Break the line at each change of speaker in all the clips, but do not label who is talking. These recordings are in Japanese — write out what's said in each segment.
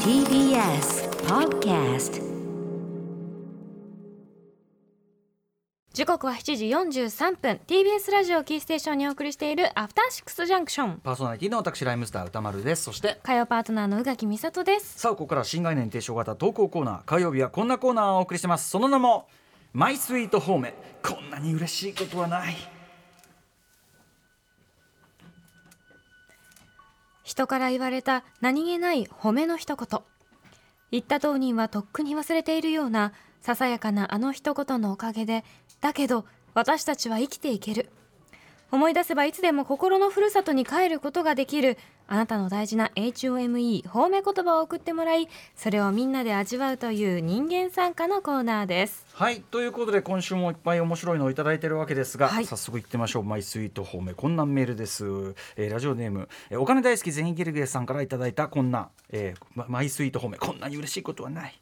TBS Podcast
時刻は7時43分 TBS ラジオキーステーションにお送りしているアフターシックスジャンクション
パーソナリティの私ライムスター歌丸ですそして
火曜パートナーの宇垣美里です
さあここから新概念提唱型投稿コーナー火曜日はこんなコーナーをお送りしてますその名もマイスイートホームこんなに嬉しいことはない
人から言われた何気ない褒めの一言言った当人はとっくに忘れているようなささやかなあの一言のおかげでだけど私たちは生きていける思い出せばいつでも心のふるさとに帰ることができるあなたの大事な HOME 褒め言葉を送ってもらいそれをみんなで味わうという人間参加のコーナーです
はいということで今週もいっぱい面白いのをいただいてるわけですが、
はい
早速いってみましょうマイスイートホームこんなメールです、えーラジオネーム、えーお金大好き全員ゲルゲルさんからいただいたこんな、えーまマイスイートホームこんなに嬉しいことはない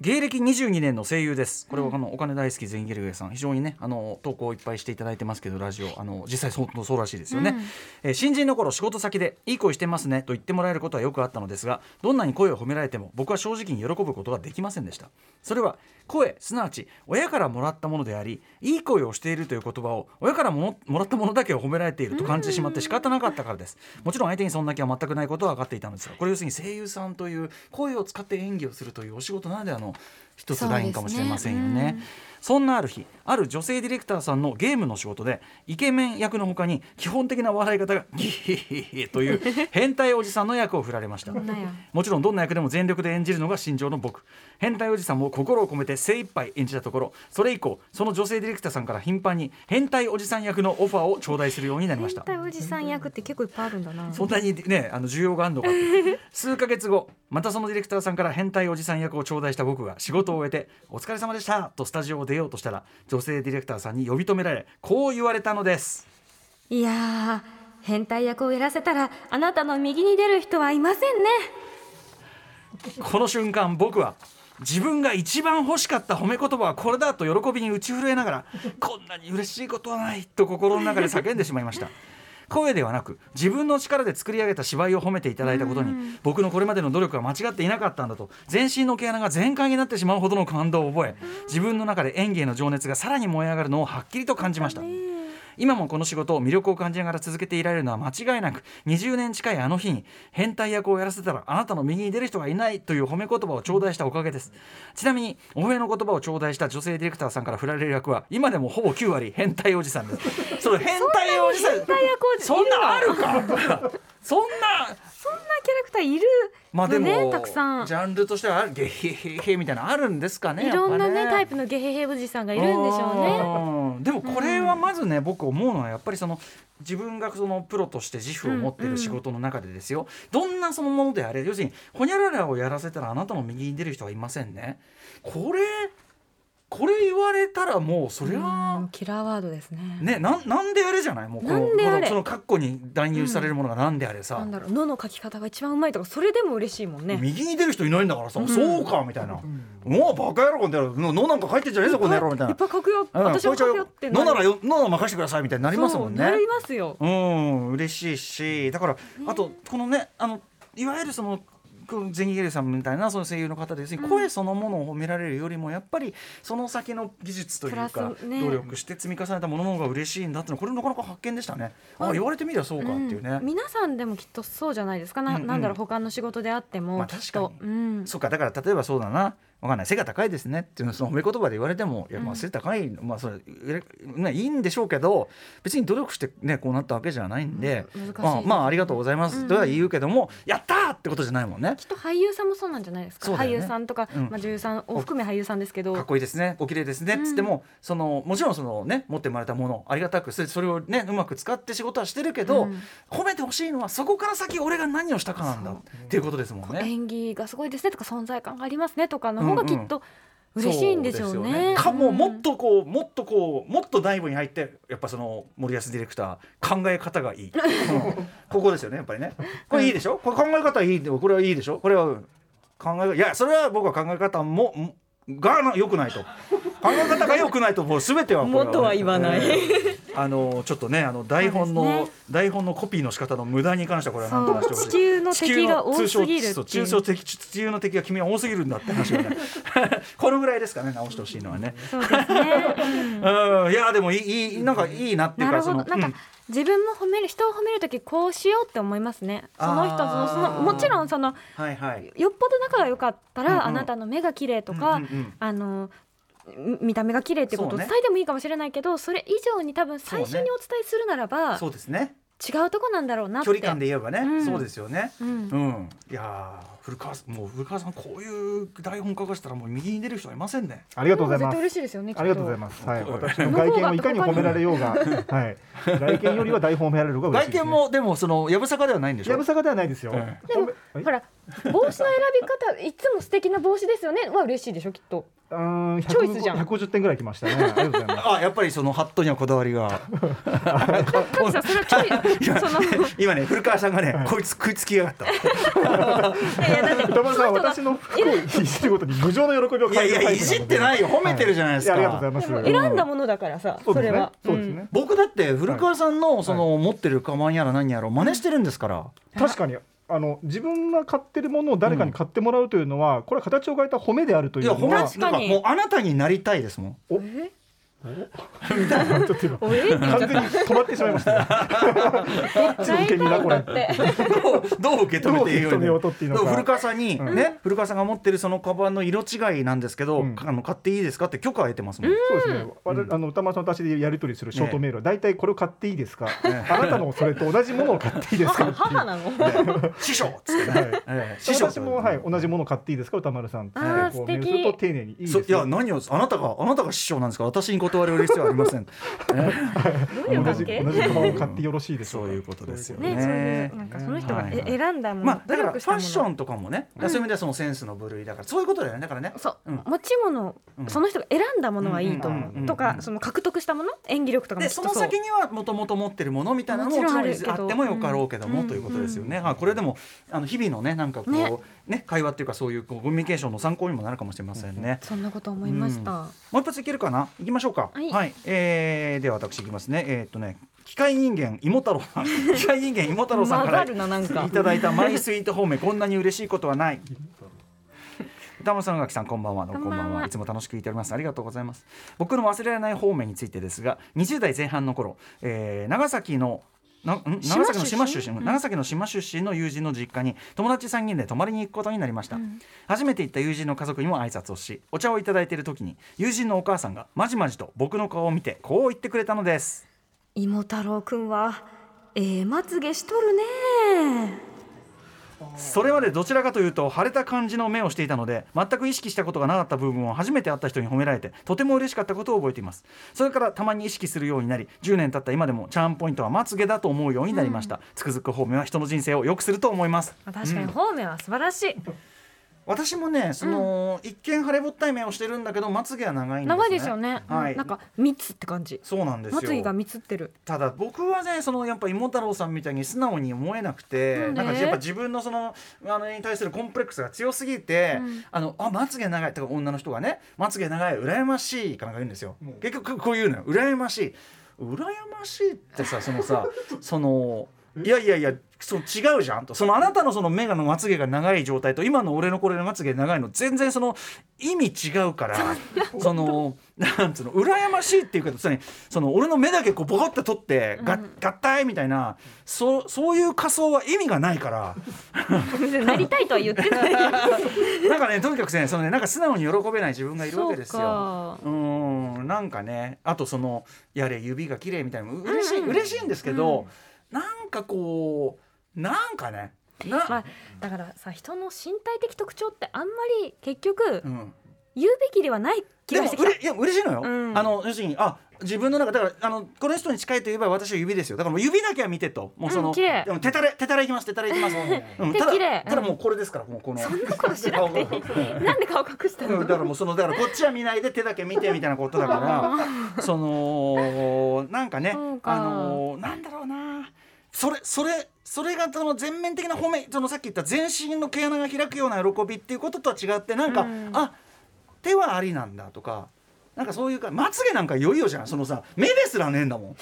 芸歴22年の声優です。これはあの、お金大好き全員ゲルゲルさん非常にねあの投稿をいっぱいしていただいてますけどラジオあの実際そうそうらしいですよね、
うん
えー新人の頃仕事先でいい声してますねと言ってもらえることはよくあったのですがどんなに声を褒められても僕は正直に喜ぶことができませんでした。それは声すなわち親からもらったものでありいい声をしているという言葉を親からものもらったものだけを褒められていると感じてしまって仕方なかったからです。もちろん相手にそんな気は全くないことは分かっていたのですがこれ要するに声優さんという声を使って演技をするというお仕事ならではの一つラインかもしれませんよ
そうですね
ね
うん
そんなある日ある女性ディレクターさんのゲームの仕事でイケメン役のほかに基本的な笑い方がギヒヒヒという変態おじさんの役を振ら れました
んなんや
もちろんどんな役でも全力で演じるのが心情の僕変態おじさんも心を込めて精一杯演じたところそれ以降その女性ディレクターさんから頻繁に変態おじさん役のオファーを頂戴するようになりま
変
した
態おじさん役って結構いっぱいあるんだな
そんなにねあの需要があるのかって数ヶ月後またそのディレクターさんから変態おじさん役を頂戴した僕が仕事を終えて「お疲れ様でした」とスタジオを出ようとしたら女性ディレクターさんに呼び止められこう言われたのです
いやー変態役をやらせたらあなたの右に出る人はいませんね
この瞬間僕は自分が一番欲しかった褒め言葉はこれだと喜びに打ち震えながらこんなに嬉しいことはないと心の中で叫んでしまいました声ではなく自分の力で作り上げた芝居を褒めていただいたことに僕のこれまでの努力は間違っていなかったんだと全身の毛穴が全開になってしまうほどの感動を覚え自分の中で演技への情熱がさらに燃え上がるのをはっきりと感じました今もこの仕事を魅力を感じながら続けていられるのは間違いなく20年近いあの日に変態役をやらせたらあなたの右に出る人がいないという褒め言葉を頂戴したおかげですちなみにお褒めの言葉を頂戴した女性ディレクターさんから振られる役は今でもほぼ9割変態おじさんですそれ変態おじさん
変態役を
そんなあるかそんな
そんなキャラクターいる
まあでも、
ねたくさん
ジャンルとしてはあるゲヘヘヘみたいなのあるんですかね
いろんな
や
ね
っぱ
タイプのゲヘヘおじさんがいるんでしょうね
うんでもこれはまずね、僕思うのはやっぱりその自分がそのプロとして自負を持っている仕事の中でですよ、どんなそのものであれ要するにほにゃららをやらせたらあなたの右に出る人はいませんねこれこれ言われたらもうそれ
う
は
ん、キラーワードですね
ねなんなんであれじゃないもうこの
なんであれ
このその括弧に代入されるものがなんであれさ、
なんだろう「の」の書き方が一番うまいとかそれでも嬉しいもんね
右に出る人いないんだからさ、
ん
そうかみたいな、もうバカ野郎この野郎のなんか書いてんじゃねえぞこの野郎みたい
いっ
な。
ぱい書くよ
うん
私も書くよっ
こ
て
いつはのならよのなら任せてくださいみたいにな
あ
りますもんね。
なりますよ
うん嬉しいしだから、あとこのねあのいわゆるそのこのゼニゲルさんみたいなその声優の方でですね、声そのものを褒められるよりもやっぱりその先の技術という
プラ
か、
スね
努力して積み重ねたものの方が嬉しいんだってのはこれなかなか発見でしたね。あ言われてみりゃそうかっていうね。
うん皆さんでもきっとそうじゃないですかな,、
うんうん
ん、なんだろう他の仕事であっても、
まあ
きっ
確
と
か
うん、
そうかだから例えばそうだなわかんない背が高いですねっていうのをその褒め言葉で言われてもいやまあ背高い、まあそれえねいいんでしょうけど別に努力してねこうなったわけじゃないんで、
うん難しいですね
まあまあありがとうございますとは言うけども、やったーってことじゃないもんね
きっと俳優さんもそうなんじゃないですか、
そうだよ
俳
ね
優さんとか、
うん
まあ、女優さんを含め俳優さんですけど
かっこいいですねお綺麗ですねっつっても、そのもちろんそのね持って生まれたものありがたくそれそれをねうまく使って仕事はしてるけ
う
ど、
ん
褒めてほしいのはそこから先俺が何をしたかなんだっていうことですもんね。
演技がすごいですねとか存在感がありますねとかの方がきっと嬉しいんでしょうね。
そですよかも
うん
もっとこうもっとこうもっと内部に入ってやっぱその森保ディレクター考え方がい い、うんここですよねやっぱりねこれいいでしょこれ考え方いいでこれはいいでしょこれはうん考えいやそれは僕は考え方ももがな良くないと考え方が良くないともう全てはこれね
もっとは言わない
えーあのちょっとねあの台本の、
そうですね
台本のコピーの仕方の無駄に関してはこれは何とかしてほしい
そう地球の敵が多すぎるっていう
地球の通称そう中小敵地球の敵が君は多すぎるんだって話が ねこのぐらいですかね直してほしいのはね、
そうですね、うん
うん、いやでもいいいいなんかいいなってい
な
うか
るほど
その
なんか、
うん
自分も褒める人を褒める時こうしようって思いますねその人そ
あ
の
ー
そのもちろんその
はいはい
よっぽど仲が良かったら、
うんうん
あなたの目が綺麗とか、
うんうんうん
あのみ見た目が綺麗ってことを
そうね
伝えてもいいかもしれないけどそ,、れ以上に多分最初
そうね
にお伝えするならば、
そうですね
違うとこなんだろうなって
距離感で言えばね、
うん
そうですよね
うん
うん、いやー古川さんもう古川さんこういう台本書かせたらもう右に出る人はいませんね。
ありがとうござい
絶
ま
対
す。
嬉しいですよね
ありがとうござい
す
ます。はい、
うん
私の外見をいかに褒められよう が、はい、外見よりは台本を褒められる方が嬉
外
しいです、ね。
見もでもそのやぶさかではないんでしょ。
やぶさかではないですよ。
え
でも
はい
ほら帽子の選び方 いつも素敵な帽子ですよねは嬉しいでしょきっと
うーん、
チョイスじゃん
百五十点ぐらい来ましたね。ありがとうござ います。
あやっぱりそのハットにはこだわり が
各さんそれはチ ョイその
今ね古川さんがね、こいつ食いつきやがった
いやいやだって
歌丸さんは私の服をいじることに愚情の喜びを
いや
感じ
い
る。
やいじってないいよ褒めてるじゃないですか、
いやありがとうございます。
でも選んだものだからさそ
そうで
れ
すね
は。
そうですね。
僕だって古川さんのその、持ってるカバンやら何やらを真似してるんですから、
確かに。あの自分が買ってるものを誰かに買ってもらうというのは、これは形を変えた褒めであるとい
いうや
の
褒
は
め
ち
確かに
なんかもうあなたになりたいですもん
え
ょっと今
おえって言っちゃ
完
っ
全に止まってしまいましたねど
た
っちの受け身だこれ
大体だ って
どうどう受け止めていいよ
どう受け止めようとっていうのか
古川さんに、
うん
ね古川さんが持ってるそのカバンの色違いなんですけど、
うん
あの買っていいですかって許可を得てますもん、
そうですね、わた
うん
あの歌丸さんと私でやり取りするショートメールは、大体これを買っていいですか、
ええ
あなたのそれと同じものを買っていい ですか
母
っていう
母なの
師匠っつってね、
はい
ええ師匠
私も、はい、同じものを買っていいですか歌丸さんって
あー
こ
素
う
敵
メールすると丁寧にいいです
そ
よ
いや何をあなたがあなたが師匠なんですから私に断られる必要はありません、え
どういう
同
関
じ
係
同じカバンを買ってよろしいでしょうか
そういうことですよ
ねそういうなんかその人がえ
はいはい
選んだもの、
えまあだから
努力
フ
したもの
ァッションとかもね、そういう意味ではそのセンスの部類だからそういうことだよねだからね
そう、
うん
持ち物、
うん
その人が選んだものはいいと
うんうんうんう
思
ん
うとかその獲得したもの演技力とかもき
で
っと
そうの先にはもともと持ってるものみたいなのも
もちろんある
もちろんあ
けど
ってもよかろうけども、
うん
ということですよね、あこれでもあの日々のねなんかこうね
ね
会話っていうかそういうこうコミュニケーションの参考にもなるかもしれませんね、
そんなこと思いました、
もう一発いけるかな行きましょうか
はい
えーでは私いきますねえーっとね機械人間芋太 郎さん機械人間芋太郎さんから
混ざるななんか
いただいたマイスイート方面こんなに嬉しいことはない歌丸さん、宇垣さん、こんばんは。どうも
こんばんはい
つも楽しく聞いております。ありがとうございます。僕の忘れられない方面についてですが、20代前半の頃、えー長崎のなん長崎の島出身、
うん
長崎の島出身の友人の実家に友達3人で泊まりに行くことになりました、
うん
初めて行った友人の家族にも挨拶をしお茶をいただいている時に友人のお母さんがまじまじと僕の顔を見てこう言ってくれたのです
芋太郎くんはええまつげしとるね
それまでどちらかというと腫れた感じの目をしていたので全く意識したことがなかった部分を初めて会った人に褒められてとても嬉しかったことを覚えていますそれからたまに意識するようになり10年経った今でもチャームポイントはまつげだと思うようになりました、つくづく方面は人の人生を良くすると思います
確かに方面は素晴らしい、
私もねその、一見腫れぼったい目をしてるんだけどまつげは長いんですね
長いですよね、
はい
なんか密って感じ
そうなんですよ
まつげが密ってる
ただ僕はねそのやっぱ芋太郎さんみたいに素直に思えなくて
なんで
なんかやっぱ自分のそのあのに対するコンプレックスが強すぎて、
うん
あのあまつげ長いとか女の人がねまつげ長い羨ましいかなんか言うんですよ、
うん
結局こういうのよ羨ましい羨ましいってさそのさそのいやいやいやその違うじゃんとそのあなたのその目がのまつげが長い状態と今の俺のこれのまつげ長いの全然その意味違うからそのなんつうの羨ましいっていうかつまりその俺の目だけこうボコって取ってが
うん
合体みたいなそうそういう仮装は意味がないから。
なりたいとは言って ない
なんかねとにかくねそのねなんか素直に喜べない自分がいるわけです
そう
よ
か。
うーんなんかねあとそのやれ指が綺麗みたいなの嬉しい、
うんうん
嬉しいんですけど、なんかこうなんかねな、
まあだからさ人の身体的特徴ってあんまり結局
うん、
言うべきではない気
で
が
も
してき
う
た
れいや嬉しいのよ、
うん
あの要するにあ自分の中だからあのこの人に近いと言えば私は指ですよだからもう指だけは見てともうその、
うん綺麗
でも手たれ手たれいきます手たれい きます、うん、た
手綺麗
だただもうこれですからもうこの
そんなことしなく ていいなんで顔隠した
う
の
んだからもうそのだからこっちは見ないで手だけ見てみたいなこと だからそのなんかね
そうか
あのーなんだろうなそれそれそれがその全面的な褒めそのさっき言った全身の毛穴が開くような喜びっていうこととは違ってなんか、
うん
あ手はありなんだとか。なんかそういうかまつげなんかいよいよじゃんそのさ目ですらねえん だもん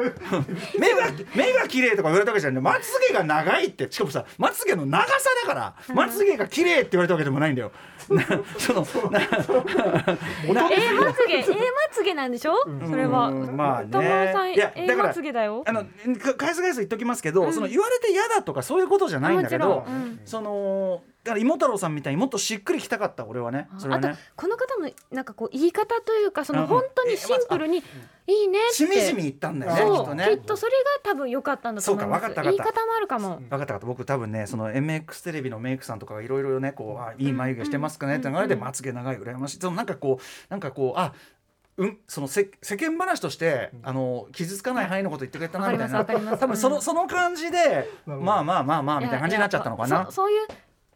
目が目が綺麗とか言われたわけじゃないんだよまつげが長いってしかもさまつげの長さだからまつげが綺麗って言われたわけでもないんだよなそのなな
えー、まつ げ、えー、まつげなんでしょ
うん
それは。
うんまあね
歌丸さん、
い
え
やだ
ー、
から
まつげだよ。
あのか返す返す言っときますけど、
うん
その言われて嫌だとかそういうことじゃないんだけ
も
ど
ちろんうん
そのだから妹太郎さんみたいにもっとしっくりきたかった俺はねそれ
あ
は
と
ね
この方のなんかこう言い方というかそ
うん
の本当にシンプルにいいねって
しみじみ言ったんだよねき
そ
っと
う
ね
きっとそれが多分良かったんだと思います
そうか分かった
言
分
い
かった
方もあるかも
分かった分かった僕多分ねその MX テレビのメイクさんとかがいろいろねこうあいい眉毛してますかねって流れで
うんうん
まつげ長い羨ましいそのなんかこうなんかこうあうん、そのせ世間話として、あの傷つかない範囲のこと言ってくれた
わか
なみ
り
た
ますわ
いな
かります
多分そのその感じで
ほど
まあまあまあまあみたいな感じになっちゃったのか
いやい
な
や。そうそうい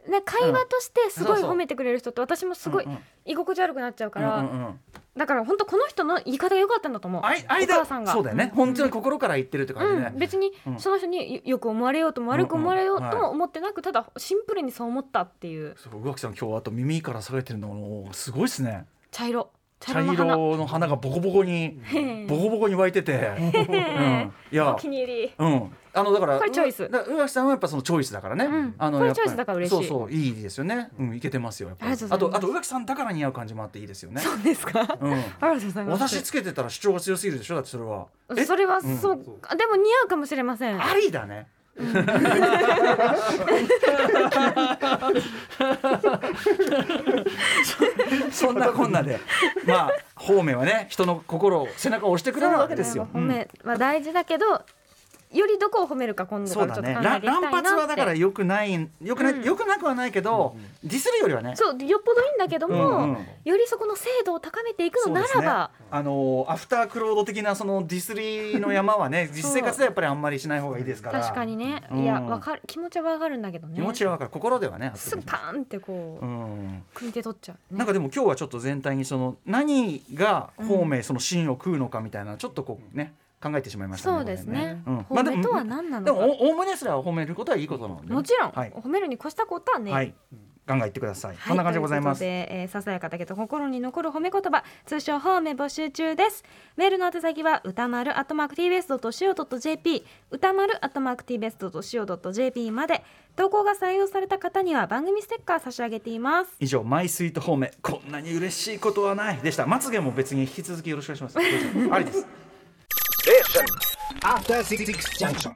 う、ね、会話としてすごい
そうそう
褒めてくれる人って私もすごい
うんうん
居心地悪くなっちゃうから、
うんうんうん
だから本当この人の言い方が良かったんだと思う
あい間
お母さんが
そうだよね、
うん
本当に心から言ってるって感じ
う
ね
ん、、別に
うん
その人によよく思われようとも悪く思われようとも思ってなくただシンプルにそう思ったっていう
そう宇垣さん今日あと耳から下げてるのもすごいですね
茶色茶
茶
色の花
色の花がボコボコに
へえ
ボコボコに湧いてて、 うん、いや
お気に入り
うん、あのだから
これチョイス
うだから宇垣さんはやっぱそのチョイスだからね、
ん
あの
これ
やっぱり
チョイスだから嬉しい
そうそういいですよねうんいけてますよやっぱり
ありが
あ
とうございます
とあと宇垣さんだから似合う感じもあっていいですよね
そうですかあり
うん
がとうございま
私
す
つけてたら主張が強すぎるでしょだってそれはえ
それは
ん
そう、あでも似合うかもしれません
ありだね。そそんなこんなで、まあ方面はね、人の心を背中を押してくれるわけですよ。
そう褒めは大事だけど、よりどこを褒めるか今
うん
度
そう
からちょ
だ
っと考
ね。
えていきた
乱
いなって
乱発はだから良くない、良くない、
うん
良くなくはないけど、ディスるよりはね。
そうよっぽどいいんだけども、
うんうん
よりそこの精度を高めていくのな
そ
ら
うですね
ば、
あのアフタークロード的なそのディスりの山 はね、実生活ではやっぱりあんまりしない方がいいですから。
確かにね、
うん
いやわかる気持ちはわかるんだけどね
気持ちはわかる、心ではね。
すぐパーンってこう、
うん。
組み手取っちゃう、ね、
なんかでも今日はちょっと全体にその何が方面その芯を食うのかみたいなちょっとこうね考えてしまいましたね。
そうですね、
うんま
褒
あでも
めとは何な
で
のか、
もおおおむねすら褒めることはいいことなのでね、
もちろん、
はい、
褒めるに越したことはね、
はい、ガンガン言ってくださ
はい
い。こんな感じでございます。
とうことで、えーささやかだけど心に残る褒め言葉通称褒め募集中ですメールの宛先は歌丸アットマーク TBS.CO.JP 歌丸アットマーク TBS.CO.JP まで投稿が採用された方には番組ステッカー差し上げています
以上マイスイート方面こんなに嬉しいことはないでした。まつげも別に引き続きよろしくお願いします。どうぞありです。
After Six Junction.